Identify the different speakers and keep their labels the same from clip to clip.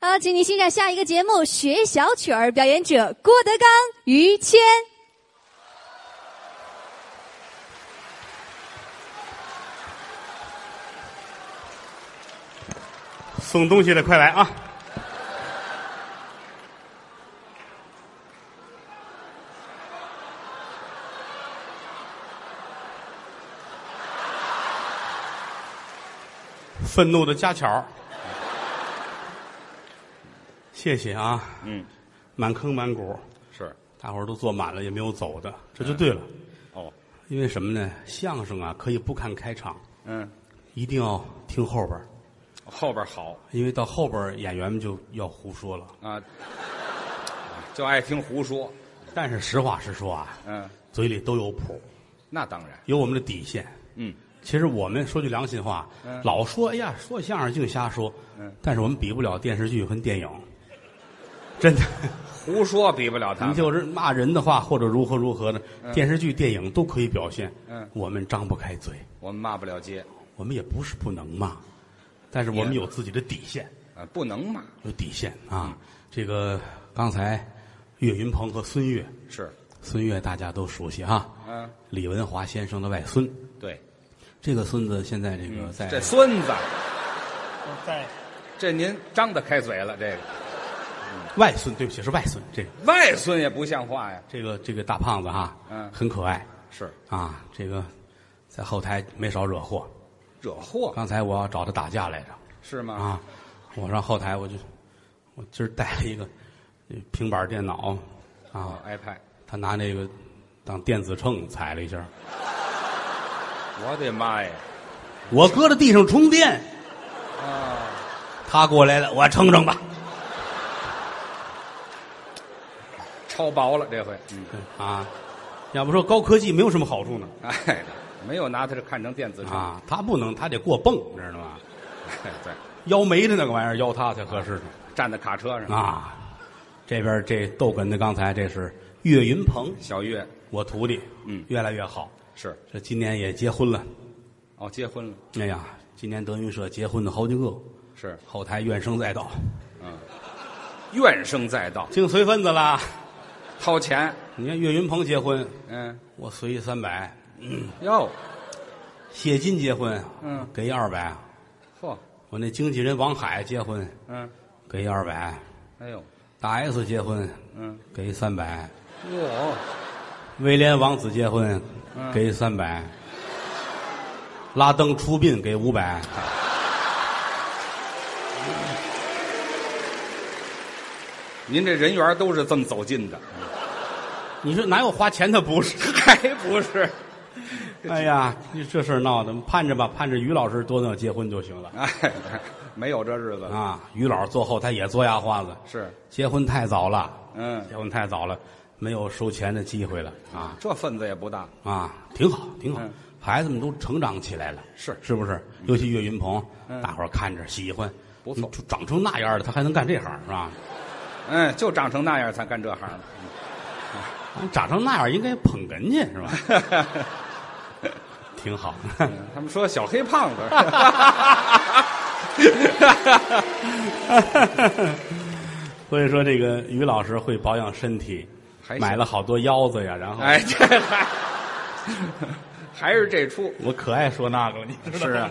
Speaker 1: 好，请你欣赏下一个节目《学小曲儿》，表演者郭德纲、于谦。
Speaker 2: 送东西的快来啊！愤怒的家巧儿，谢谢啊！
Speaker 3: 嗯，
Speaker 2: 满坑满谷，
Speaker 3: 是
Speaker 2: 大伙儿都坐满了，也没有走的，这就对了。
Speaker 3: 哦，
Speaker 2: 因为什么呢？相声啊，可以不看开场，
Speaker 3: 嗯，
Speaker 2: 一定要听后边儿，
Speaker 3: 后边好
Speaker 2: 因为到后边儿演员们就要胡说了。
Speaker 3: 啊， 就爱听胡说。
Speaker 2: 但是实话实说啊，
Speaker 3: 嗯，
Speaker 2: 嘴里都有谱，
Speaker 3: 那当然。
Speaker 2: 有我们的底线。
Speaker 3: 嗯，
Speaker 2: 其实我们说句良心话，
Speaker 3: 嗯
Speaker 2: 老说哎呀说相声净瞎说，
Speaker 3: 嗯
Speaker 2: 但是我们比不了电视剧跟电影，真 的。
Speaker 3: 胡说比不了他
Speaker 2: 你
Speaker 3: 们。
Speaker 2: 就是骂人的话或者如何如何的，电视剧、电影都可以表现。
Speaker 3: 嗯
Speaker 2: 我们张不开嘴，
Speaker 3: 我们骂不了街，
Speaker 2: 我们也不是不能骂，但是我们
Speaker 3: 也
Speaker 2: 有自己的底线，
Speaker 3: 啊，不能骂。
Speaker 2: 有底线
Speaker 3: 嗯
Speaker 2: 啊。这个刚才岳云鹏和孙越，
Speaker 3: 是，
Speaker 2: 孙越大家都熟悉啊，
Speaker 3: 嗯，
Speaker 2: 李文华先生的外孙。
Speaker 3: 对。
Speaker 2: 这个孙子现在这
Speaker 3: 嗯
Speaker 2: 个在、
Speaker 3: 这孙子，
Speaker 2: 在
Speaker 3: 这您张得开嘴了，这个
Speaker 2: 外孙，对不起是外孙，这个
Speaker 3: 外孙也不像话呀。
Speaker 2: 这个这个大胖子哈，
Speaker 3: 嗯
Speaker 2: 很可爱
Speaker 3: 是，
Speaker 2: 啊，这个在后台没少惹祸。
Speaker 3: 惹祸
Speaker 2: 刚才我要找他打架来着。
Speaker 3: 是吗？
Speaker 2: 啊，我上后台我就，我今儿带了一个呃平板电脑，
Speaker 3: 哦
Speaker 2: 啊，
Speaker 3: ，iPad，
Speaker 2: 他拿那个当电子秤踩了一下，
Speaker 3: 我的妈呀！
Speaker 2: 我搁在地上充电，
Speaker 3: 啊，
Speaker 2: 他过来了，我称称吧，
Speaker 3: 超薄了这回。嗯，
Speaker 2: 啊，要不说高科技没有什么好处呢，
Speaker 3: 哎，没有拿它这看成电子秤。
Speaker 2: 啊，他不能，他得过泵，知道吗？
Speaker 3: 哎对，
Speaker 2: 腰没的那个玩意儿，腰他才合适
Speaker 3: 站在卡车
Speaker 2: 呢，
Speaker 3: 上，
Speaker 2: 啊，这边这逗哏的刚才这是岳云鹏，
Speaker 3: 小月
Speaker 2: 我徒弟，
Speaker 3: 嗯
Speaker 2: 越来越好，
Speaker 3: 是
Speaker 2: 这今年也结婚了，
Speaker 3: 哦，结婚了，
Speaker 2: 哎呀，今年德云社结婚的好几个。
Speaker 3: 是
Speaker 2: 后台怨声载道，
Speaker 3: 怨声载道，
Speaker 2: 净随份子啦！
Speaker 3: 掏钱，
Speaker 2: 你看岳云鹏结婚，
Speaker 3: 嗯，
Speaker 2: 我随三百；
Speaker 3: 哟，
Speaker 2: 谢金结婚，
Speaker 3: 嗯，
Speaker 2: 给一二百；
Speaker 3: 嚯，
Speaker 2: 我那经纪人王海结婚，
Speaker 3: 嗯，
Speaker 2: 给一二百；
Speaker 3: 哎呦，
Speaker 2: 大 S 结婚，
Speaker 3: 嗯，
Speaker 2: 给一三百；
Speaker 3: 哇，
Speaker 2: 威廉王子结婚，
Speaker 3: 嗯
Speaker 2: 给一三百；拉登出殡给五百。
Speaker 3: 您这人缘都是这么走近的，
Speaker 2: 你说哪有花钱的不是？
Speaker 3: 还不是？
Speaker 2: 哎呀，你这事儿闹的，盼着吧，盼着于老师多弄结婚就行了
Speaker 3: 哎，没有这日子了，
Speaker 2: 啊！于老师坐后台也做牙花子，
Speaker 3: 是，
Speaker 2: 结婚太早了。
Speaker 3: 嗯，
Speaker 2: 结婚太早了，没有收钱的机会了啊
Speaker 3: 这份子也不大，
Speaker 2: 啊，挺好挺好
Speaker 3: 嗯，
Speaker 2: 孩子们都成长起来了，
Speaker 3: 是
Speaker 2: 是不是？尤其岳云鹏，
Speaker 3: 嗯
Speaker 2: 大伙儿看着喜欢，
Speaker 3: 不错
Speaker 2: 嗯就长成那样了，他还能干这行是吧？
Speaker 3: 嗯，就长成那样才干这行的，
Speaker 2: 长成那样应该捧哏去是吧？ 挺好，
Speaker 3: 嗯他们说小黑胖子，
Speaker 2: 所以说这个于老师会保养身体
Speaker 3: 还，行
Speaker 2: 买了好多腰子呀，然后
Speaker 3: 哎，这还还是这出，
Speaker 2: 我可爱说那个了，你知道吗
Speaker 3: 是啊，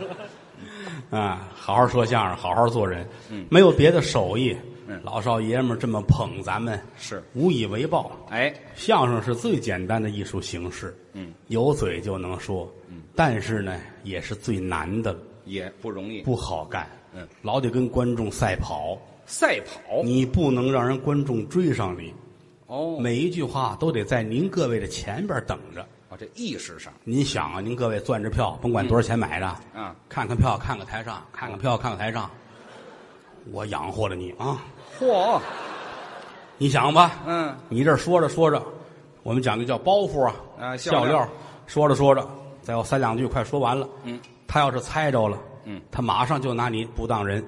Speaker 2: 啊，好好说相声，好好做人，
Speaker 3: 嗯
Speaker 2: 没有别的手艺。
Speaker 3: 嗯
Speaker 2: 老少爷们儿这么捧咱们，
Speaker 3: 是
Speaker 2: 无以为报。
Speaker 3: 哎，
Speaker 2: 相声是最简单的艺术形式，
Speaker 3: 嗯，
Speaker 2: 有嘴就能说，嗯，但是呢，也是最难的，
Speaker 3: 也不容易，
Speaker 2: 不好干，
Speaker 3: 嗯，
Speaker 2: 老得跟观众赛跑，
Speaker 3: 赛跑，
Speaker 2: 你不能让人观众追上你，
Speaker 3: 哦，
Speaker 2: 每一句话都得在您各位的前边等着。
Speaker 3: 哦，这意识上
Speaker 2: 您想啊，您各位攥着票，甭管多少钱买的，
Speaker 3: 啊，
Speaker 2: 看看票，看看台上，看看票，看看台上，我养活了你啊！
Speaker 3: 嚯，
Speaker 2: 你想吧，
Speaker 3: 嗯，
Speaker 2: 你这说着说着，我们讲究叫包袱啊，
Speaker 3: 啊
Speaker 2: 笑
Speaker 3: 笑料
Speaker 2: 料，说着说着，再有三两句快说完了，
Speaker 3: 嗯，
Speaker 2: 他要是猜着了，
Speaker 3: 嗯，
Speaker 2: 他马上就拿你不当人，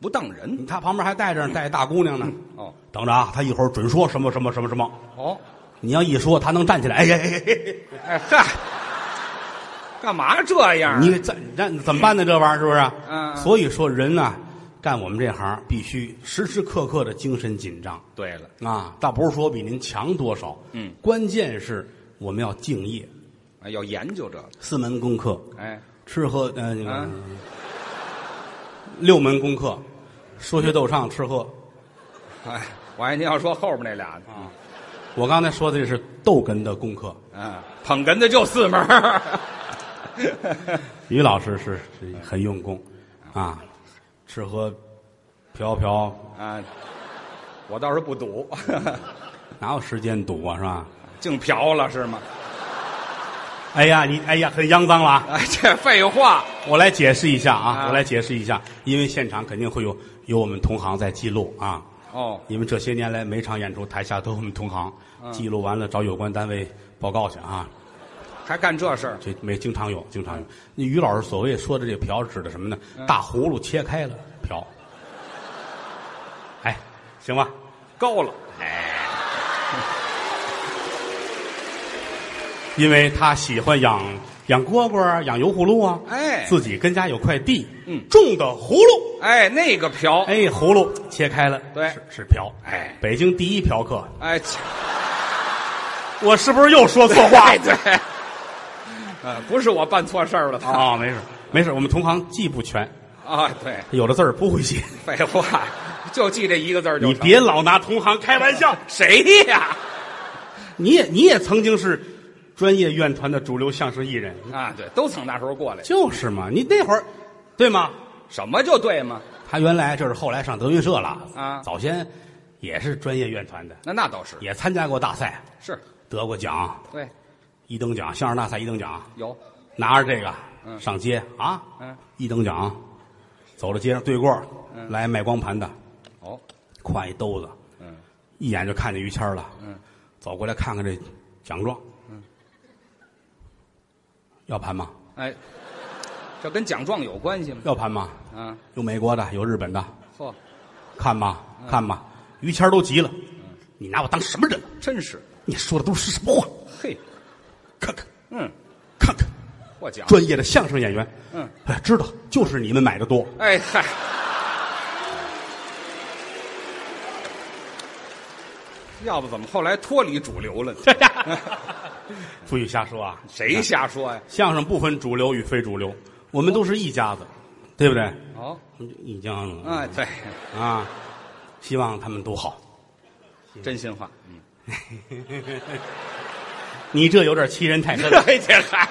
Speaker 3: 不当人，
Speaker 2: 他旁边还带着
Speaker 3: 嗯
Speaker 2: 带一大姑娘呢，
Speaker 3: 哦
Speaker 2: 等着啊，他一会儿准说什么什么什么什么，
Speaker 3: 哦，
Speaker 2: 你要一说，他能站起来，哎哎哎哎
Speaker 3: 哎嗨，干嘛这样
Speaker 2: 哎，
Speaker 3: 啊？
Speaker 2: 你怎怎怎么办呢？这玩意儿是不是？
Speaker 3: 嗯嗯
Speaker 2: 所以说人啊，干我们这行必须时时刻刻的精神紧张
Speaker 3: 对了，
Speaker 2: 啊，倒不是说比您强多少，
Speaker 3: 嗯，
Speaker 2: 关键是我们要敬业，
Speaker 3: 啊要研究这个。
Speaker 2: 四门功课，
Speaker 3: 哎，
Speaker 2: 吃喝呃、那个
Speaker 3: 啊
Speaker 2: 六门功课，说学逗唱吃喝。
Speaker 3: 哎，我还您要说后边那俩呢
Speaker 2: 我刚才说的是逗哏的功课，
Speaker 3: 啊，捧哏的就四门儿
Speaker 2: 于老师是是很用功，啊，吃喝嫖嫖，
Speaker 3: 啊，我倒是不赌，
Speaker 2: 哪有时间赌啊，是吧？
Speaker 3: 净嫖了是吗？
Speaker 2: 哎呀，你哎呀，很肮脏了啊！
Speaker 3: 哎，这废话，
Speaker 2: 我来解释一下啊，
Speaker 3: 啊
Speaker 2: 我来解释一下，因为现场肯定会有有我们同行在记录啊。
Speaker 3: 哦，
Speaker 2: 因为这些年来每场演出台下都有我们同行，
Speaker 3: 啊
Speaker 2: 记录完了找有关单位报告去啊。
Speaker 3: 还干这事儿
Speaker 2: 这没经常有，经常有。那于老师所谓说的这瓢指的什么呢？大葫芦切开了瓢。哎，行吧，
Speaker 3: 够了，
Speaker 2: 因为他喜欢养养蝈蝈啊，养油葫芦啊，
Speaker 3: 哎
Speaker 2: 自己跟家有块地，
Speaker 3: 嗯
Speaker 2: 种的葫芦，
Speaker 3: 哎，那个嫖，
Speaker 2: 哎，葫芦切开了，
Speaker 3: 对
Speaker 2: 是是瓢，
Speaker 3: 哎
Speaker 2: 北京第一嫖客，
Speaker 3: 哎，
Speaker 2: 我是不是又说错话
Speaker 3: 哎对，呃，不是我办错事儿了，他
Speaker 2: 啊、没事没事，我们同行记不全，
Speaker 3: 啊，对，
Speaker 2: 有的字儿不会写，
Speaker 3: 废话，就记这一个字儿就
Speaker 2: 你
Speaker 3: 成
Speaker 2: 别老拿同行开玩笑，
Speaker 3: 谁呀
Speaker 2: 你也你也曾经是专业院团的主流相声艺人，
Speaker 3: 啊，对，都从那时候过来，
Speaker 2: 就是嘛，你那会儿，对吗？
Speaker 3: 什么就对吗？
Speaker 2: 他原来这是后来上德云社了
Speaker 3: 啊
Speaker 2: 早先也是专业院团的，
Speaker 3: 那那倒是
Speaker 2: 也参加过大赛，
Speaker 3: 是，
Speaker 2: 得过奖，
Speaker 3: 对，
Speaker 2: 一等奖，相声大赛一等奖，
Speaker 3: 有，
Speaker 2: 拿着这个、
Speaker 3: 嗯
Speaker 2: 上街啊，
Speaker 3: 嗯，
Speaker 2: 一等奖，走到街上对过儿、来卖光盘的，
Speaker 3: 哦，
Speaker 2: 挎一兜子，
Speaker 3: 嗯，
Speaker 2: 一眼就看见于谦儿了，
Speaker 3: 嗯，
Speaker 2: 走过来看看这奖状，嗯，要盘吗？
Speaker 3: 哎，这跟奖状有关系吗？
Speaker 2: 要盘吗？
Speaker 3: 啊，
Speaker 2: 有美国的，有日本的，
Speaker 3: 嚯，
Speaker 2: 看吧，看吧，于谦儿都急了，你拿我当什么人？
Speaker 3: 真是，
Speaker 2: 你说的都是什么话？
Speaker 3: 嘿，
Speaker 2: 看看，
Speaker 3: 嗯，
Speaker 2: 看看，
Speaker 3: 获奖，
Speaker 2: 专业的相声演员，
Speaker 3: 嗯，
Speaker 2: 哎，知道，就是你们买的 多。
Speaker 3: 哎嗨，要不怎么后来脱离主流了呢？
Speaker 2: 不许瞎说啊！
Speaker 3: 谁瞎说呀？
Speaker 2: 相声不分主流与非主流，我们都是一家子，对不对？
Speaker 3: 哦，
Speaker 2: 一家子
Speaker 3: 啊，对，
Speaker 2: 啊，希望他们都好。
Speaker 3: 真心话。
Speaker 2: 你这有点欺人太 甚了，
Speaker 3: 哎，这嗨，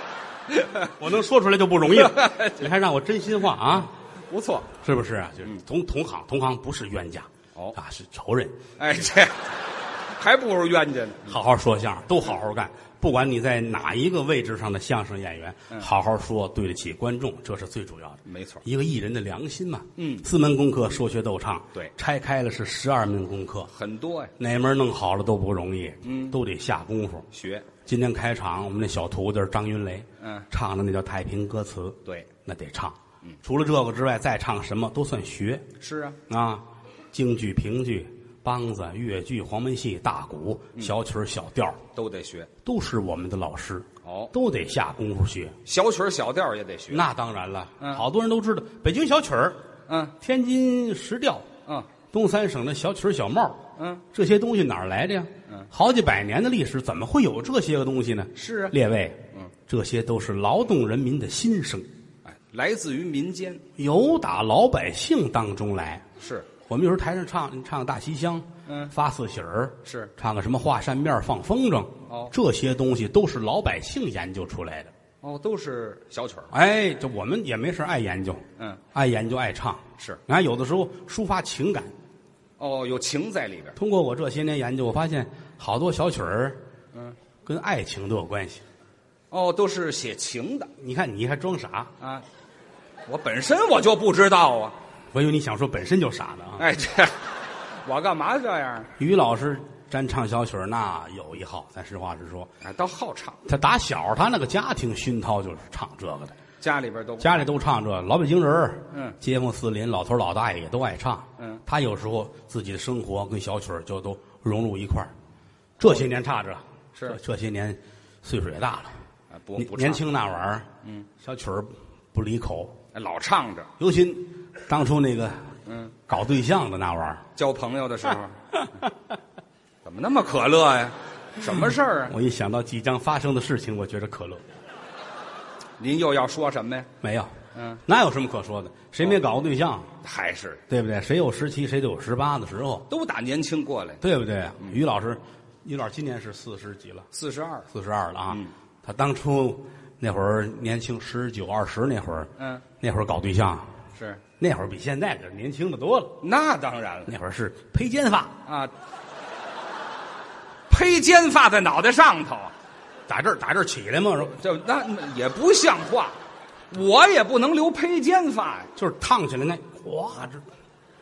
Speaker 2: 我能说出来就不容易了。 你还让我真心话啊？
Speaker 3: 不错。
Speaker 2: 是不是啊？就是同同行，同行不是冤家，
Speaker 3: 嗯哦
Speaker 2: 啊是仇人。
Speaker 3: 哎，这还不如冤家呢。
Speaker 2: 好好说相声，都好好干。不管你在哪一个位置上的相声演员，
Speaker 3: 嗯
Speaker 2: 好好说，对得起观众，这是最主要的。
Speaker 3: 没错，
Speaker 2: 一个艺人的良心嘛，
Speaker 3: 嗯
Speaker 2: 四门功课，说学逗唱，
Speaker 3: 对
Speaker 2: 拆开了是十二门功课，
Speaker 3: 很多呀，
Speaker 2: 哪门弄好了都不容易，嗯，都得下功夫。
Speaker 3: 学，
Speaker 2: 今天开场，我们那小徒弟张云雷，
Speaker 3: 嗯
Speaker 2: 唱的那叫太平歌词，
Speaker 3: 对，
Speaker 2: 那得唱。
Speaker 3: 嗯
Speaker 2: 除了这个之外，再唱什么都算学
Speaker 3: 是啊，
Speaker 2: 啊，京剧、评剧、梆子、越剧、黄梅戏、大鼓、
Speaker 3: 嗯
Speaker 2: 小曲儿、小调儿。
Speaker 3: 都得学。
Speaker 2: 都是我们的老师，
Speaker 3: 哦，
Speaker 2: 都得下功夫学。
Speaker 3: 小曲儿小调儿也得学。
Speaker 2: 那当然了，
Speaker 3: 嗯
Speaker 2: 好多人都知道北京小曲儿、
Speaker 3: 嗯
Speaker 2: 天津石调、
Speaker 3: 嗯
Speaker 2: 东三省的小曲儿小帽儿，
Speaker 3: 嗯，
Speaker 2: 这些东西哪儿来的呀？好几百年的历史，怎么会有这些个东西呢？
Speaker 3: 是啊
Speaker 2: 列位，这些都是劳动人民的心声，
Speaker 3: 哎，来自于民间，
Speaker 2: 由打老百姓当中来。
Speaker 3: 是
Speaker 2: 我们有时候台上唱，你唱大西厢，
Speaker 3: 嗯
Speaker 2: 发四喜儿，
Speaker 3: 是
Speaker 2: 唱个什么画扇面儿放风筝，
Speaker 3: 哦
Speaker 2: 这些东西都是老百姓研究出来的。
Speaker 3: 哦，都是小曲儿。
Speaker 2: 哎，这我们也没事儿爱研究，
Speaker 3: 嗯，
Speaker 2: 爱研究爱唱，
Speaker 3: 是
Speaker 2: 你看有的时候抒发情感。
Speaker 3: 哦，有情在里边儿。
Speaker 2: 通过我这些年研究，我发现好多小曲儿，嗯，跟爱情都有关系。
Speaker 3: 哦，都是写情的
Speaker 2: 你看你还装傻，
Speaker 3: 啊。我本身我就不知道啊。
Speaker 2: 我以为你想说本身就傻呢啊。
Speaker 3: 哎，这我干嘛这样啊？
Speaker 2: 于老师沾唱小曲儿那有一号，咱实话实说，
Speaker 3: 哎，倒好唱，
Speaker 2: 他打小他那个家庭熏陶就是唱这个的，
Speaker 3: 家里边都
Speaker 2: 家里都唱这，老北京人儿
Speaker 3: 嗯
Speaker 2: 街坊四邻老头老大爷也都爱唱，
Speaker 3: 嗯，
Speaker 2: 他有时候自己的生活跟小曲儿就都融入一块儿。这些年差着，
Speaker 3: 是
Speaker 2: 这这些年岁数也大了，
Speaker 3: 啊不
Speaker 2: 年
Speaker 3: 不唱
Speaker 2: 年轻那玩意儿，嗯，小曲儿不离口，
Speaker 3: 哎老唱着。
Speaker 2: 尤其当初那个
Speaker 3: 嗯
Speaker 2: 搞对象的那玩意儿。
Speaker 3: 交朋友的时候， 怎么那么可乐呀？什么事儿啊？
Speaker 2: 我一想到即将发生的事情，我觉得可乐。
Speaker 3: 您又要说什么呀？
Speaker 2: 没有，
Speaker 3: 嗯，
Speaker 2: 哪有什么可说的？谁没搞过对象，
Speaker 3: 还是
Speaker 2: 对不对？谁有十七，谁就有十八的时候，
Speaker 3: 都打年轻过来，
Speaker 2: 对不对？于老师，于老师今年是四十几了，
Speaker 3: 四十二，
Speaker 2: 四十二了啊。他当初那会儿年轻，十九二十那会儿，
Speaker 3: 嗯，
Speaker 2: 那会儿搞对象，
Speaker 3: 是
Speaker 2: 那会儿比现在可年轻的多了。
Speaker 3: 那当然了
Speaker 2: 那会儿是披肩发，
Speaker 3: 啊。披肩发在脑袋上头，
Speaker 2: 打这儿打这儿起来嘛，是吧
Speaker 3: 这那也不像话。我也不能留披肩发呀，
Speaker 2: 就是烫起来那，哗，这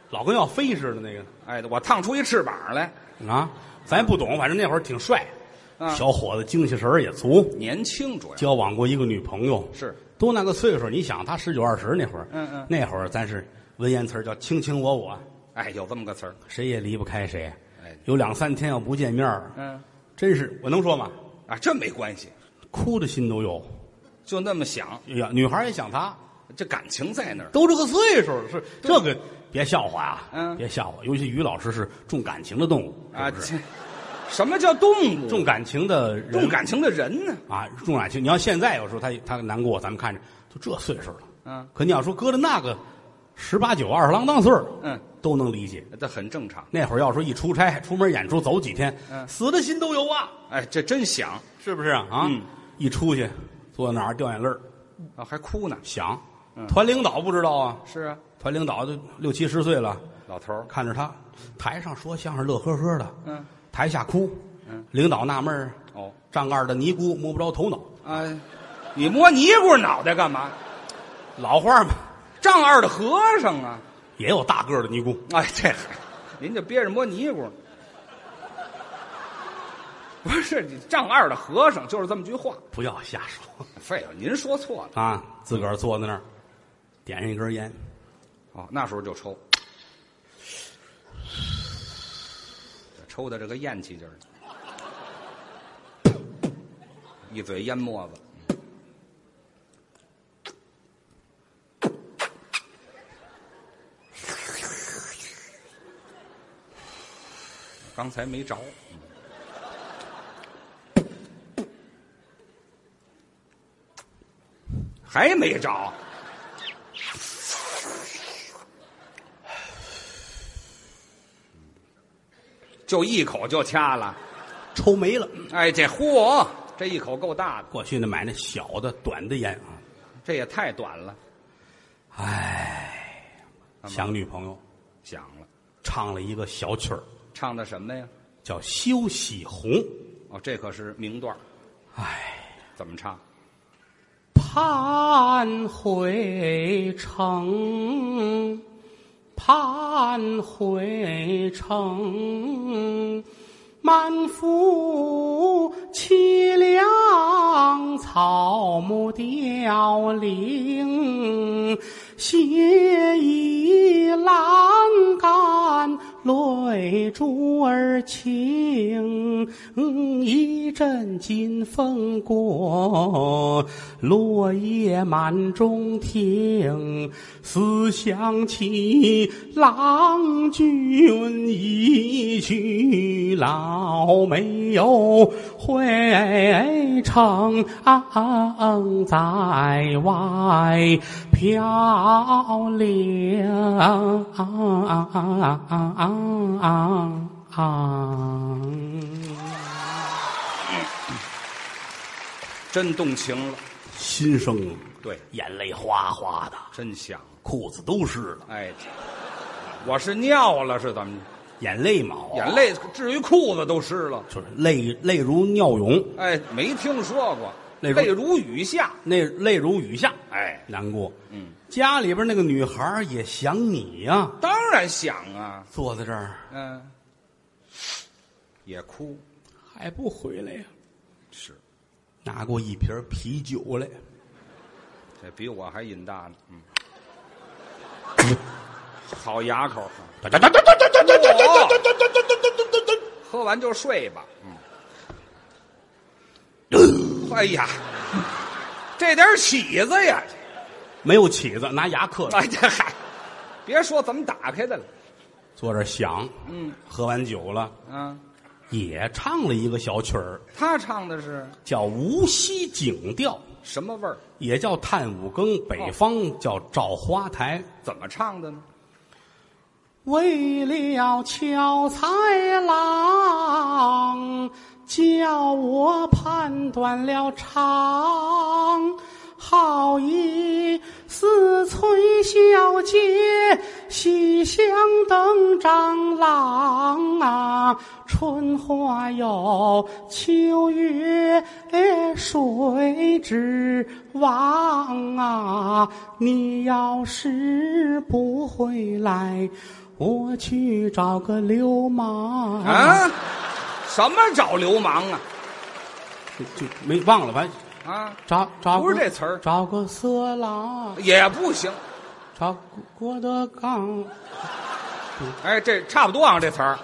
Speaker 2: 老跟要飞似的那个
Speaker 3: 哎，我烫出一翅膀来，
Speaker 2: 啊，咱也不懂，反正那会儿挺帅，
Speaker 3: 啊
Speaker 2: 小伙子精气神儿也足。
Speaker 3: 年轻主要
Speaker 2: 交往过一个女朋友，
Speaker 3: 是
Speaker 2: 多那个岁数，你想他十九二十那会儿，
Speaker 3: 嗯嗯
Speaker 2: 那会儿咱是文言词儿叫卿卿我我，
Speaker 3: 哎，有这么个词儿，
Speaker 2: 谁也离不开谁。
Speaker 3: 哎，
Speaker 2: 有两三天要不见面儿
Speaker 3: 嗯，
Speaker 2: 真是我能说吗？
Speaker 3: 啊，这没关系，
Speaker 2: 哭的心都有。
Speaker 3: 就那么想，
Speaker 2: 哎呀，女孩也想他，
Speaker 3: 这感情在那儿。
Speaker 2: 都这个岁数了，是这个别笑话啊，
Speaker 3: 嗯
Speaker 2: 别笑话。尤其于老师是重感情的动物
Speaker 3: 啊，
Speaker 2: 是不是
Speaker 3: 这什么叫动物？
Speaker 2: 重感情的人
Speaker 3: 重感情的人呢？
Speaker 2: 啊，重感情。你要现在有时候他他难过，咱们看着就这岁数了，
Speaker 3: 嗯
Speaker 2: 可你要说搁着那个十八九、二十郎当岁儿，
Speaker 3: 嗯，
Speaker 2: 都能理解。
Speaker 3: 这很正常。
Speaker 2: 那会儿要说一出差、出门演出走几天，
Speaker 3: 嗯
Speaker 2: 死的心都有啊，
Speaker 3: 哎，这真想
Speaker 2: 是不是啊？啊
Speaker 3: 嗯
Speaker 2: 一出去坐哪儿掉眼泪儿
Speaker 3: 啊，还哭呢。
Speaker 2: 想
Speaker 3: 嗯，
Speaker 2: 团领导不知道啊，
Speaker 3: 是啊，
Speaker 2: 团领导都六七十岁了，
Speaker 3: 老头儿，
Speaker 2: 看着他台上说相声乐呵呵的，
Speaker 3: 嗯，
Speaker 2: 台下哭，
Speaker 3: 嗯，
Speaker 2: 领导纳闷儿，
Speaker 3: 哦，
Speaker 2: 丈二的尼姑摸不着头脑，
Speaker 3: 啊，你摸尼姑脑袋干嘛？
Speaker 2: 老话嘛，
Speaker 3: 丈二的和尚啊，
Speaker 2: 也有大个儿的尼姑，
Speaker 3: 哎，这您就憋着摸尼姑。不是你丈二的和尚就是这么句话，
Speaker 2: 不要瞎说
Speaker 3: 废话，您说错了。
Speaker 2: 啊！自个儿坐在那儿，点上一根烟，
Speaker 3: 哦，那时候就抽，抽的这个咽气劲儿，一嘴烟沫子，刚才没着。还没着，就一口就掐了。
Speaker 2: 抽没了。
Speaker 3: 哎，这嚯，这一口够大的，
Speaker 2: 过去呢买那小的短的烟啊，
Speaker 3: 这也太短了。
Speaker 2: 想女朋友，
Speaker 3: 响了，
Speaker 2: 唱了一个小曲儿，
Speaker 3: 唱的什么呀？
Speaker 2: 叫《休喜红》。
Speaker 3: 哦，这可是名段哎
Speaker 2: 唉，
Speaker 3: 怎么唱？
Speaker 2: 盼回城，盼回城，满腹凄凉，草木凋零，斜倚栏杆，泪珠儿倾。嗯一阵金风过，落叶满中庭。思想起郎君一去老，没有回城，在外飘零。
Speaker 3: 真动情了，
Speaker 2: 心声，
Speaker 3: 对，
Speaker 2: 眼泪哗哗的，
Speaker 3: 真响。
Speaker 2: 裤子都湿了，
Speaker 3: 哎，这我是尿了是怎么着？
Speaker 2: 眼泪毛，啊
Speaker 3: 眼泪至于裤子都湿了。
Speaker 2: 就是泪泪如尿涌，
Speaker 3: 哎，没听说过，
Speaker 2: 泪如
Speaker 3: 泪如雨下。
Speaker 2: 那泪如雨下，
Speaker 3: 哎，
Speaker 2: 难过。
Speaker 3: 嗯，
Speaker 2: 家里边那个女孩儿也想你呀、
Speaker 3: 当然想啊，
Speaker 2: 坐在这儿
Speaker 3: 嗯、也哭
Speaker 2: 还不回来呀、
Speaker 3: 是，
Speaker 2: 拿过一瓶啤酒来，
Speaker 3: 这哎比我还瘾大呢。嗯， 好牙口。
Speaker 2: 哒哒哒哒哒哒哒哒哒哒哒哒哒哒哒哒
Speaker 3: 喝完就睡吧。嗯， 哎呀，这点起子呀，哎
Speaker 2: 没有起子，拿牙克的。
Speaker 3: 哎这嗨，别说怎么打开的了，
Speaker 4: 坐这儿想，嗯，喝完酒了，
Speaker 3: 啊，
Speaker 4: 也唱了一个小曲儿，
Speaker 3: 他唱的是
Speaker 4: 叫《无锡景调》，
Speaker 3: 什么味儿？
Speaker 4: 也叫探五更，
Speaker 3: 哦
Speaker 4: 北方叫照花台。
Speaker 3: 怎么唱的呢？
Speaker 4: 为啊了俏才郎，叫啊我判断了长，好一似崔小姐喜相登张郎啊，春花有秋月哎水之望啊，你要是不回来。我去找个流氓！
Speaker 3: 啊，什么找流氓啊？
Speaker 4: 就就没忘了，完
Speaker 3: 啊，
Speaker 4: 找找
Speaker 3: 不是
Speaker 4: 个
Speaker 3: 这词儿
Speaker 4: 找个色狼，
Speaker 3: 也不行。
Speaker 4: 找郭郭德纲，
Speaker 3: 哎，这差不多啊，这词儿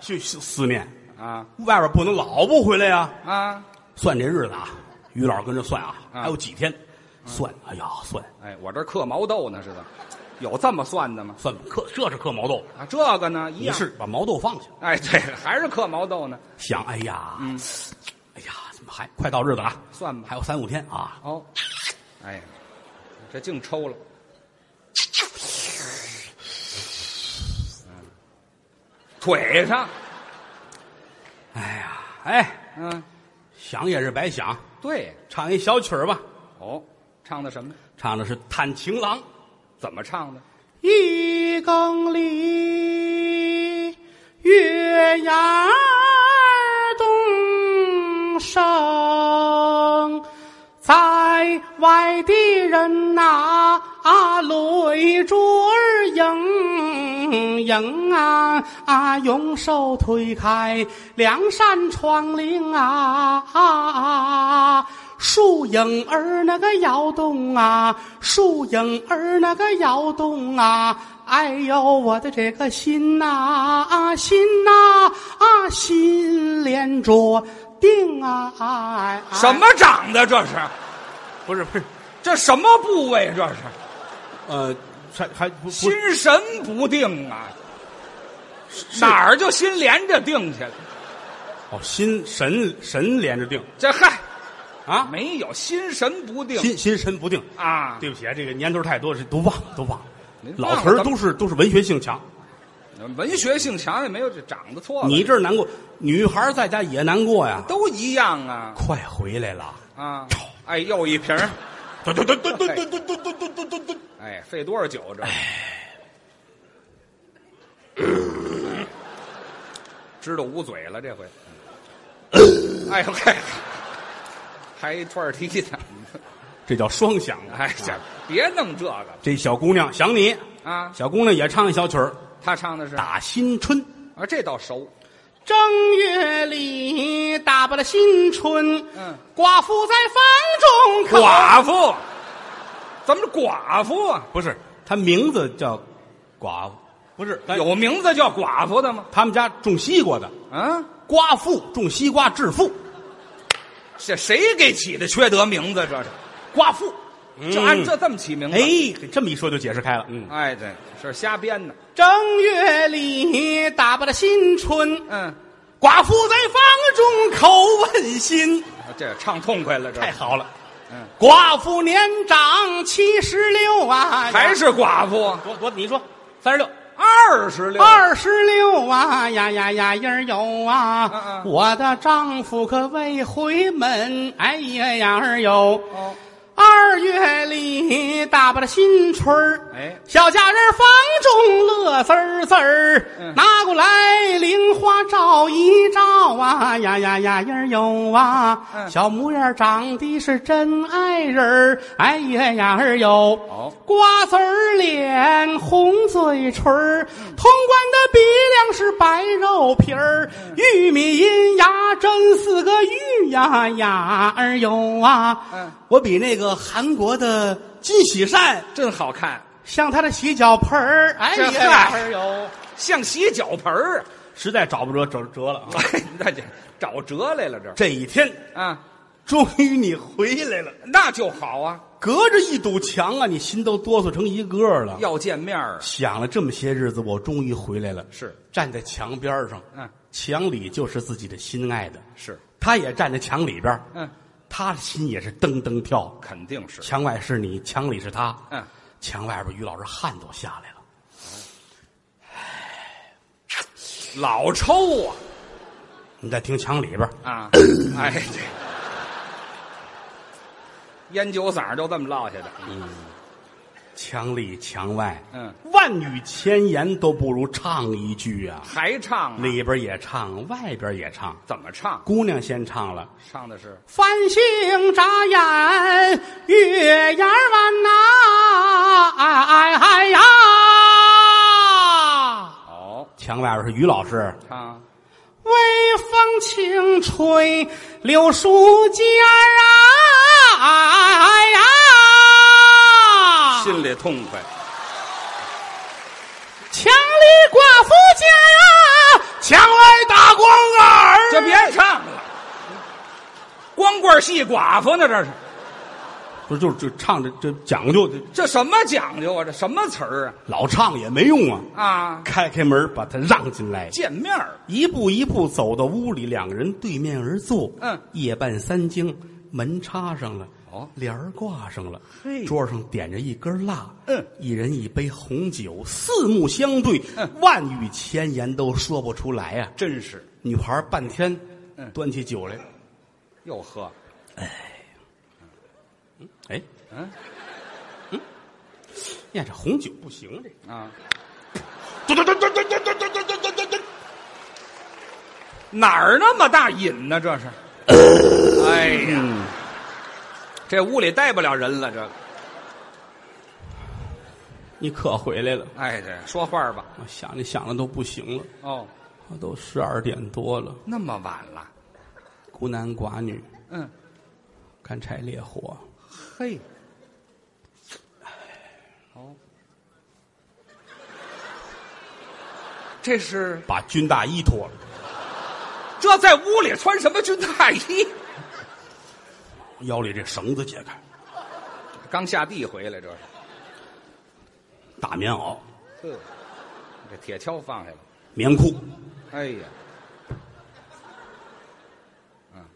Speaker 4: 去思思念，
Speaker 3: 啊
Speaker 4: 外边不能老不回来呀。
Speaker 3: 啊，
Speaker 4: 算这日子啊，于老师跟着算啊，
Speaker 3: 啊嗯
Speaker 4: 还有几天，算，哎呀，算
Speaker 3: 哎，我这刻毛豆呢，是的，有这么算的吗？
Speaker 4: 算嗑，这是嗑毛豆，
Speaker 3: 啊，这个呢，一
Speaker 4: 你
Speaker 3: 样
Speaker 4: 是把毛豆放下，
Speaker 3: 哎，对，还是刻毛豆呢。
Speaker 4: 想，哎呀，哎呀，怎么还快到日子
Speaker 3: 嗯
Speaker 4: 了？啊
Speaker 3: 算吧
Speaker 4: 还有三五天啊，
Speaker 3: 哦，哎，这净抽了。嗯腿上，
Speaker 4: 哎呀，哎，
Speaker 3: 嗯，
Speaker 4: 想也是白想，
Speaker 3: 对，
Speaker 4: 唱一小曲儿吧，
Speaker 3: 哦，唱的什么？
Speaker 4: 唱的是《探情郎》。
Speaker 3: 怎么唱的？
Speaker 4: 一更里，月牙东升，在外的人呐、啊，泪珠儿盈盈啊啊，用手推开两扇窗棂啊啊树影儿那个摇动啊，树影儿那个摇动啊，哎呦，我的这个心呐啊心呐啊心连着定啊！哎哎
Speaker 3: 什么长的这是？
Speaker 4: 不是不是，
Speaker 3: 这什么部位？这是
Speaker 4: 呃，还还不不
Speaker 3: 心神不定啊！哪儿就心连着定去了？
Speaker 4: 哦，心神神连着定
Speaker 3: 这嗨，
Speaker 4: 啊，
Speaker 3: 没有心神不定
Speaker 4: 心心神不定。
Speaker 3: 啊！嗯
Speaker 4: 对不起啊，这个年头太多，是都忘了都忘了
Speaker 3: 您。忘了
Speaker 4: 老词儿
Speaker 3: 咱们
Speaker 4: 都是都是文学性强，
Speaker 3: 文学性强也没有这长得错了，
Speaker 4: 你这儿难过，女孩儿在家也难过呀。
Speaker 3: 都一样啊
Speaker 4: 快回来了！
Speaker 3: 啊！哎，又一瓶儿，
Speaker 4: 嘟嘟嘟嘟嘟嘟嘟嘟嘟嘟嘟嘟。
Speaker 3: 哎，费多少酒这？
Speaker 4: 哎
Speaker 3: 哎知道捂嘴了这回。哎呦嘿，还一串儿踢呢！
Speaker 4: 这叫双响。啊
Speaker 3: 哎呀，别弄这个
Speaker 4: 这小姑娘想你，
Speaker 3: 啊！
Speaker 4: 小姑娘也唱一小曲儿，
Speaker 3: 他唱的是
Speaker 4: 《
Speaker 3: 啊，
Speaker 4: 打新春》。
Speaker 3: 这倒熟。
Speaker 4: 正月里打罢了新春，
Speaker 3: 嗯，
Speaker 4: 寡妇在房中哭。
Speaker 3: 寡妇，怎么是寡妇啊？
Speaker 4: 不是，她名字叫寡妇，不是有
Speaker 3: 有名字叫寡妇的吗？
Speaker 4: 他们家种西瓜的，
Speaker 3: 啊，
Speaker 4: 瓜父种西瓜致富，
Speaker 3: 这谁给起的缺德名字？这是，
Speaker 4: 瓜父。
Speaker 3: 就按这这么起名字。
Speaker 4: 嗯哎，这么一说就解释开了。嗯，
Speaker 3: 哎，对，是瞎编的。
Speaker 4: 正月里打罢了新春，
Speaker 3: 嗯，
Speaker 4: 寡妇在房中口问心，
Speaker 3: 这唱痛快了，这
Speaker 4: 太好了。
Speaker 3: 嗯，
Speaker 4: 寡妇年长七十六啊，
Speaker 3: 还是寡妇，
Speaker 4: 多多？你说三十六。
Speaker 3: 二十六，
Speaker 4: 二十六啊呀呀呀呀儿有啊！
Speaker 3: 嗯嗯
Speaker 4: 我的丈夫可未回门，哎呀呀儿有。
Speaker 3: 哦，
Speaker 4: 二月里大把的新春儿，
Speaker 3: 哎
Speaker 4: 小家人房中乐滋儿滋儿，
Speaker 3: 嗯
Speaker 4: 拿过来菱花照一照啊，呀呀呀呀儿有啊，
Speaker 3: 嗯
Speaker 4: 小模样儿长得是真爱人儿，哎呀呀儿有。
Speaker 3: 哦，
Speaker 4: 瓜子儿脸，红嘴唇儿，
Speaker 3: 嗯
Speaker 4: 潼关的鼻梁是白肉皮儿，
Speaker 3: 嗯
Speaker 4: 玉米银牙真四个玉呀呀儿有啊！
Speaker 3: 嗯，
Speaker 4: 我比那个韩国的金喜善
Speaker 3: 真好看，
Speaker 4: 像他的洗脚盆儿，哎
Speaker 3: 这
Speaker 4: 呀
Speaker 3: 嗨
Speaker 4: 儿有，
Speaker 3: 像洗脚盆儿啊。
Speaker 4: 实在找不着折折了啊！
Speaker 3: 哎， 那就找辙来了，这
Speaker 4: 这一天
Speaker 3: 啊，
Speaker 4: 终于你回来了，
Speaker 3: 那就好啊。
Speaker 2: 隔着一堵墙啊，你心都哆嗦成一个儿了。
Speaker 3: 要见面儿啊，
Speaker 2: 想了这么些日子，我终于回来了。
Speaker 3: 是
Speaker 2: 站在墙边上，
Speaker 3: 嗯，
Speaker 2: 墙里就是自己的心爱的，
Speaker 3: 是，
Speaker 2: 他也站在墙里边，
Speaker 3: 嗯，
Speaker 2: 他的心也是噔噔跳。
Speaker 3: 肯定是，
Speaker 2: 墙外是你，墙里是他，
Speaker 3: 嗯，
Speaker 2: 墙外边于老师汗都下来了。
Speaker 3: 老抽啊
Speaker 2: 你再听墙里边，
Speaker 3: 啊，哎，这烟酒嗓儿就这么落下的，
Speaker 2: 墙里墙外，
Speaker 3: 嗯，
Speaker 2: 万语千言都不如唱一句啊！
Speaker 3: 还唱啊
Speaker 2: 里边也唱，外边也唱，
Speaker 3: 怎么唱？
Speaker 2: 姑娘先唱了。
Speaker 3: 唱的是
Speaker 2: 繁星眨眼，月牙弯呐、哎哎哎呀！
Speaker 3: 哦，
Speaker 2: 墙外边是于老师，
Speaker 3: 唱
Speaker 2: 微风轻吹柳树尖儿啊，哎呀！
Speaker 3: 心里痛快，
Speaker 2: 墙里寡妇家，墙外啊打光啊杆
Speaker 3: 就别唱了，光棍戏寡妇呢，这是
Speaker 2: 不是，就是就唱这这讲究，这
Speaker 3: 这什么讲究啊？这什么词儿
Speaker 2: 老唱也没用啊！
Speaker 3: 啊？啊，
Speaker 2: 开开门，把他让进来。
Speaker 3: 见面儿
Speaker 2: 一步一步走到屋里，两个人对面而坐。
Speaker 3: 嗯，
Speaker 2: 夜半三更，门插上了，
Speaker 3: 哦
Speaker 2: 帘儿挂上了，
Speaker 3: 嘿
Speaker 2: 桌上点着一根蜡。
Speaker 3: 嗯
Speaker 2: 一人一杯红酒，四目相对，
Speaker 3: 嗯
Speaker 2: 万语千言都说不出来呀、
Speaker 3: 真是
Speaker 2: 女孩儿半天，
Speaker 3: 嗯
Speaker 2: 端起酒来，
Speaker 3: 又喝，
Speaker 2: 哎，
Speaker 3: 嗯
Speaker 2: 呀，这红酒不行，这
Speaker 3: 啊，
Speaker 2: 嘟嘟嘟嘟嘟嘟嘟嘟嘟嘟嘟嘟，
Speaker 3: 哪儿那么大瘾呢？这是，哎呀，这屋里待不了人了，这个，
Speaker 2: 你可回来了。
Speaker 3: 哎，这说话吧，
Speaker 2: 我想你想的都不行了，
Speaker 3: 哦，
Speaker 2: 我都十二点多了，
Speaker 3: 那么晚了，
Speaker 2: 孤男寡女，
Speaker 3: 嗯，
Speaker 2: 干柴烈火。
Speaker 3: 嘿，哦，这是
Speaker 2: 把军大衣脱了，
Speaker 3: 这在屋里穿什么军大衣？
Speaker 2: 腰里这绳子解开，
Speaker 3: 刚下地回来，这是，
Speaker 2: 大棉袄、
Speaker 3: 呵，这铁锹放下了，
Speaker 2: 棉裤、
Speaker 3: 哎呀，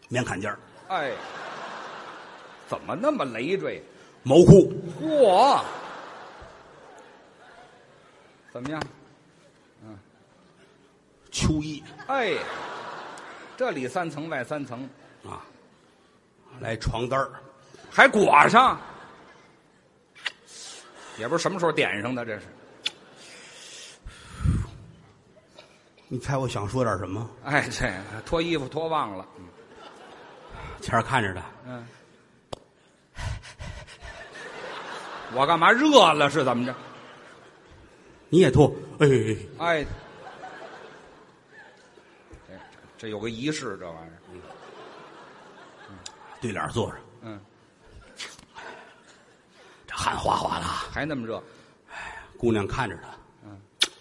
Speaker 2: 棉坎肩儿
Speaker 3: 哎，怎么那么累赘？
Speaker 2: 毛裤，
Speaker 3: 嚯！怎么样？
Speaker 2: 秋衣
Speaker 3: 哎，这里三层外三层，
Speaker 2: 啊，来床单儿
Speaker 3: 还裹上，也不知什么时候点上的，这是。
Speaker 2: 你猜我想说点什么？
Speaker 3: 哎，这脱衣服脱忘了，
Speaker 2: 前儿看着他，
Speaker 3: 嗯。我干嘛热了是怎么着？
Speaker 2: 你也脱，哎，
Speaker 3: 哎，这这有个仪式，这玩意儿，
Speaker 2: 对脸坐着，
Speaker 3: 嗯，
Speaker 2: 这汗哗哗的啊。
Speaker 3: 还那么热，
Speaker 2: 姑娘看着他，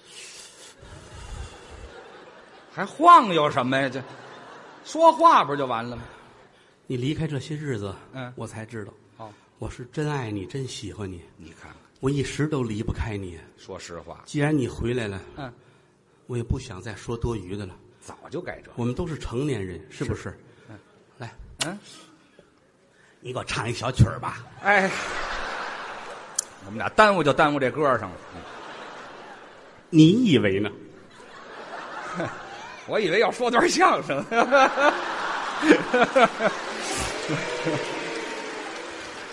Speaker 3: 还晃悠什么呀？这说话不就完了吗？
Speaker 2: 你离开这些日子，
Speaker 3: 嗯
Speaker 2: 我才知道，
Speaker 3: 哦，
Speaker 2: 我是真爱你，真喜欢你，
Speaker 3: 你看看，
Speaker 2: 我一时都离不开你。
Speaker 3: 说实话，
Speaker 2: 既然你回来了，
Speaker 3: 嗯，
Speaker 2: 我也不想再说多余的了。
Speaker 3: 早就该这样，
Speaker 2: 我们都是成年人，是不是？来，
Speaker 3: 嗯，
Speaker 2: 你给我唱一小曲儿吧。
Speaker 3: 哎，我们俩耽误就耽误这歌上了。
Speaker 2: 你以为呢？
Speaker 3: 我以为要说段相声，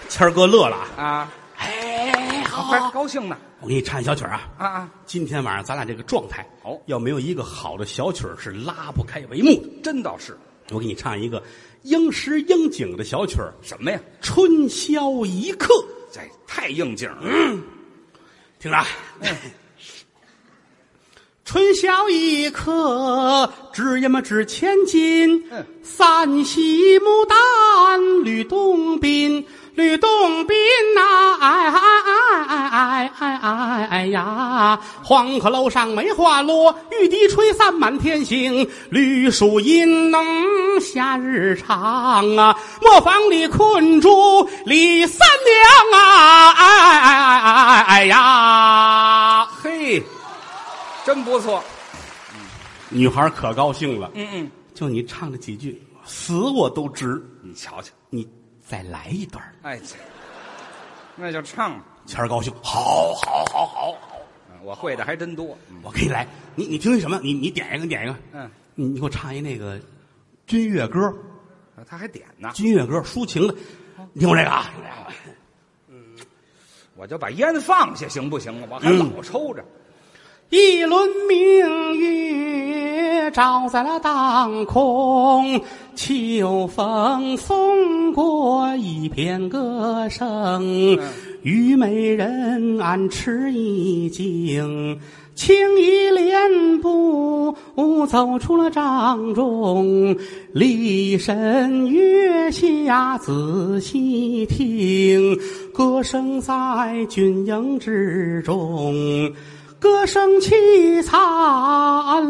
Speaker 2: 谦儿哥乐了啊！
Speaker 3: 啊，
Speaker 2: 哎，好
Speaker 3: 还高兴呢，
Speaker 2: 我给你唱一小曲儿啊。
Speaker 3: 啊啊，
Speaker 2: 今天晚上咱俩这个状态，
Speaker 3: 哦
Speaker 2: 要没有一个好的小曲儿是拉不开帷幕的。
Speaker 3: 真倒是
Speaker 2: 我给你唱一个应时应景的小曲儿，《
Speaker 3: 什么呀？
Speaker 2: 春宵一刻》。
Speaker 3: 这太应景嗯了。
Speaker 2: 听着啊，春宵一刻，值呀嘛值千金。
Speaker 3: 嗯
Speaker 2: 三喜牡丹吕洞宾，
Speaker 4: 吕洞宾呐、哎哎哎哎哎哎哎呀！黄鹤楼上梅花落，玉笛吹散满天星。绿树阴浓夏日长啊，磨坊里困住李三娘啊！哎哎哎哎哎哎呀！
Speaker 3: 嘿，真不错。
Speaker 4: 女孩可高兴了，
Speaker 3: 嗯嗯，
Speaker 4: 就你唱了几句，死我都值。
Speaker 3: 你瞧瞧，
Speaker 4: 你再来一段儿。
Speaker 3: 哎，这那就唱吧，
Speaker 4: 钱儿高兴，好，好，好，好，好，
Speaker 3: 嗯我会的还真
Speaker 4: 哦
Speaker 3: 多。嗯
Speaker 4: 我给你来。你你听一什么？你你点一个，你点一个。
Speaker 3: 嗯，
Speaker 4: 你你给我唱一那个军乐歌，
Speaker 3: 啊他还点呢，
Speaker 4: 军乐歌抒情的。你听我这个啊，
Speaker 3: 我就把烟放下行不行啊？我还
Speaker 4: 嗯
Speaker 3: 老抽着。
Speaker 4: 一轮明月照在了当空，秋风送过一片歌声
Speaker 3: 嗯，
Speaker 4: 虞美人暗吃一惊，轻移莲步走出了帐中，立神月下仔细听，歌声在军营之中。歌声凄惨，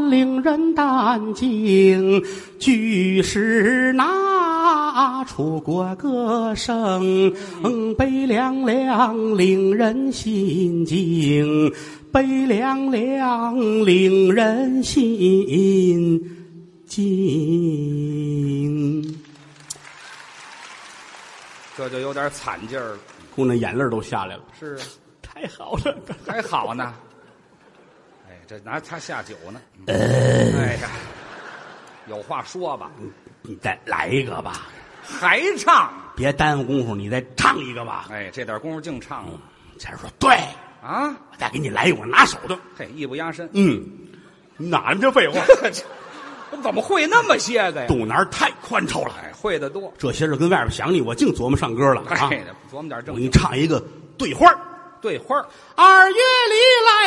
Speaker 4: 令人胆惊。巨石那楚国歌声，嗯悲凉凉，令人心惊。悲凉凉，令人心惊。
Speaker 3: 这就有点惨劲儿了。
Speaker 4: 姑娘眼泪都下来了，
Speaker 3: 是啊，
Speaker 4: 太好了！
Speaker 3: 还好呢。哎，这拿他下酒呢。
Speaker 4: 呃
Speaker 3: 哎呀，有话说吧，
Speaker 4: 你再来一个吧，
Speaker 3: 还唱。
Speaker 4: 别耽误功夫，你再唱一个吧。
Speaker 3: 哎，这点功夫净唱
Speaker 4: 嗯
Speaker 3: 了
Speaker 4: 钱儿说：“对，
Speaker 3: 啊！
Speaker 4: 我再给你来一个拿手的。”。
Speaker 3: 嘿，艺不压身
Speaker 4: 嗯，哪来这废话？
Speaker 3: 这我怎么会那么些个呀？
Speaker 4: 肚腩太宽敞了。
Speaker 3: 哎，会的多。
Speaker 4: 这些日跟外边想你，我净琢磨上歌了啊！
Speaker 3: 哎，琢磨点
Speaker 4: 我
Speaker 3: 正
Speaker 4: 给你
Speaker 3: 经
Speaker 4: 唱一个对花儿
Speaker 3: 对花儿
Speaker 4: 二月里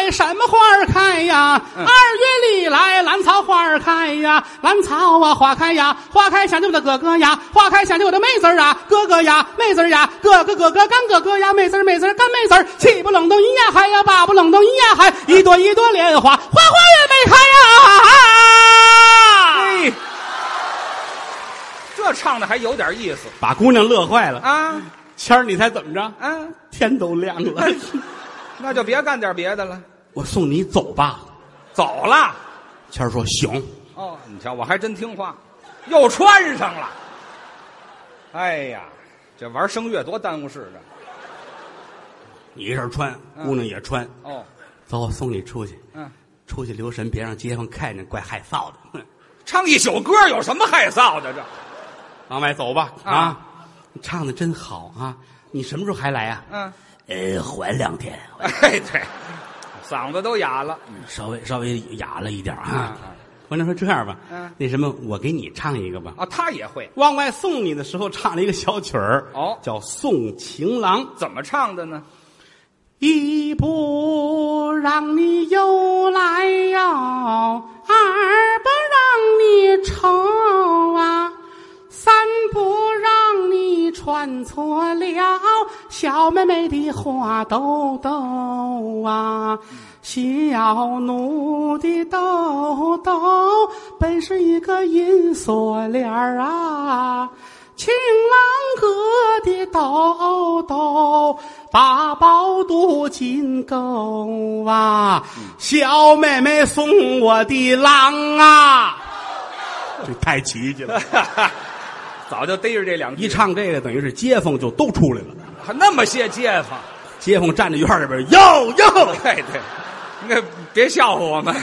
Speaker 4: 来什么花儿开呀？
Speaker 3: 嗯
Speaker 4: 二月里来兰草花儿开呀，兰草啊花开呀，花开想起我的哥哥呀，花开想起我的妹子儿啊，哥哥呀，妹子儿呀，哥哥哥哥干哥哥呀，妹子儿妹子儿干妹子儿，气不冷冻一呀嗨呀，爸不冷冻一呀嗨，一朵一朵莲花，花花也没开呀。
Speaker 3: 哎，这唱的还有点意思
Speaker 4: 把姑娘乐坏了。
Speaker 3: 啊
Speaker 4: 谦儿，你猜怎么着？
Speaker 3: 啊！
Speaker 4: 天都亮了，
Speaker 3: 哎那就别干点别的了，
Speaker 4: 我送你走吧。
Speaker 3: 走了。
Speaker 4: 谦儿说行，
Speaker 3: 哦，你瞧，我还真听话，又穿上了。哎呀，这玩声乐多耽误事啊的。
Speaker 4: 你这身穿，
Speaker 3: 嗯
Speaker 4: 姑娘也穿，
Speaker 3: 哦，
Speaker 4: 走，我送你出去，
Speaker 3: 嗯，
Speaker 4: 出去留神，别让街坊看见，怪害臊的。 哼
Speaker 3: 唱一宿歌有什么害臊的？这，
Speaker 4: 往外走吧，
Speaker 3: 啊
Speaker 4: 啊，你唱的真好啊！你什么时候还来啊？
Speaker 3: 嗯，
Speaker 4: 呃，缓两天，
Speaker 3: 哎，对，嗓子都哑了。
Speaker 4: 稍微稍微哑了一点啊
Speaker 3: 啊。
Speaker 4: 姑娘说这样吧，
Speaker 3: 嗯
Speaker 4: 那什么，我给你唱一个吧。
Speaker 3: 啊，他也会，
Speaker 4: 往外送你的时候唱了一个小曲儿，
Speaker 3: 哦
Speaker 4: 叫《送情郎》。
Speaker 3: 怎么唱的呢？
Speaker 4: 一不让你又来哟，二不让你愁啊，三不让你穿错了小妹妹的花兜兜啊，小奴的兜兜本是一个银锁链儿啊。情郎哥的兜兜，把包镀金钩啊，小妹妹送我的郎啊，这太奇迹了！
Speaker 3: 早就逮着这两句
Speaker 4: 一唱这个，等于是街坊就都出来了，
Speaker 3: 还那么些街坊。
Speaker 4: 街坊站在院里边，哟哟，
Speaker 3: 哎，对，那别笑话我们，？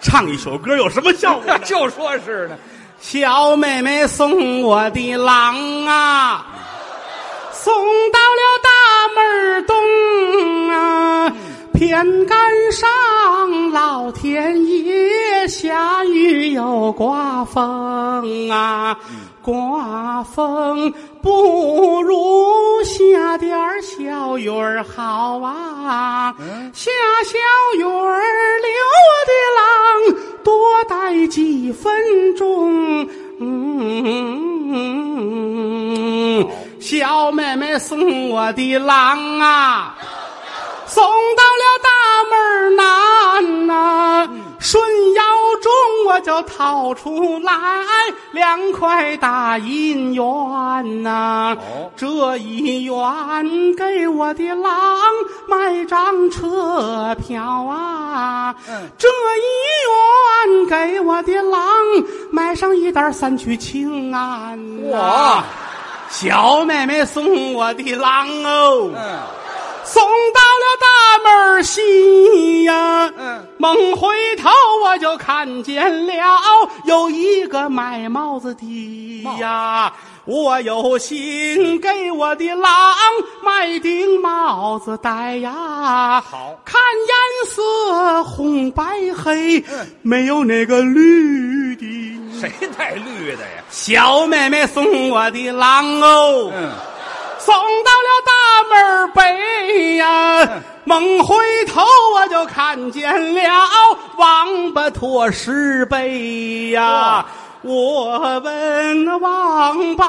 Speaker 4: 唱一首歌有什么效果
Speaker 3: 就说是呢。
Speaker 4: 小妹妹送我的郎啊，送到了大门儿东啊，偏赶上老天爷下雨又刮风啊，刮风不如下点儿小雨儿好啊，下小雨儿留我的郎多待几分钟。嗯，
Speaker 3: 好
Speaker 4: 小嗯小妹妹送我的郎啊，送到了大门南呐、顺腰中我就掏出来两块大银元呐、
Speaker 3: 哦
Speaker 4: 这一元给我的郎买张车票啊，
Speaker 3: 嗯
Speaker 4: 这一元给我的郎买上一袋三曲青安呐、
Speaker 3: 哇，
Speaker 4: 小妹妹送我的郎哦，
Speaker 3: 嗯，
Speaker 4: 送到了大门儿西呀、
Speaker 3: 嗯
Speaker 4: 猛回头我就看见了有一个卖帽子的呀，我有心给我的郎买顶帽子戴呀。
Speaker 3: 好
Speaker 4: 看颜色红白黑，
Speaker 3: 嗯
Speaker 4: 没有那个绿的。
Speaker 3: 谁带绿的呀？
Speaker 4: 小妹妹送我的郎哦。
Speaker 3: 嗯，
Speaker 4: 送到了大门儿北呀、
Speaker 3: 嗯
Speaker 4: 猛回头我就看见了王八驮石碑呀
Speaker 3: 哇。
Speaker 4: 我问王八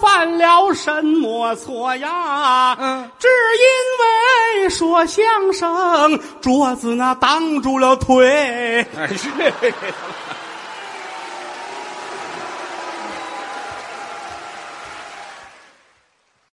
Speaker 4: 犯了什么错呀？
Speaker 3: 嗯
Speaker 4: 只因为说相声，桌子那挡住了腿。
Speaker 3: 哎是，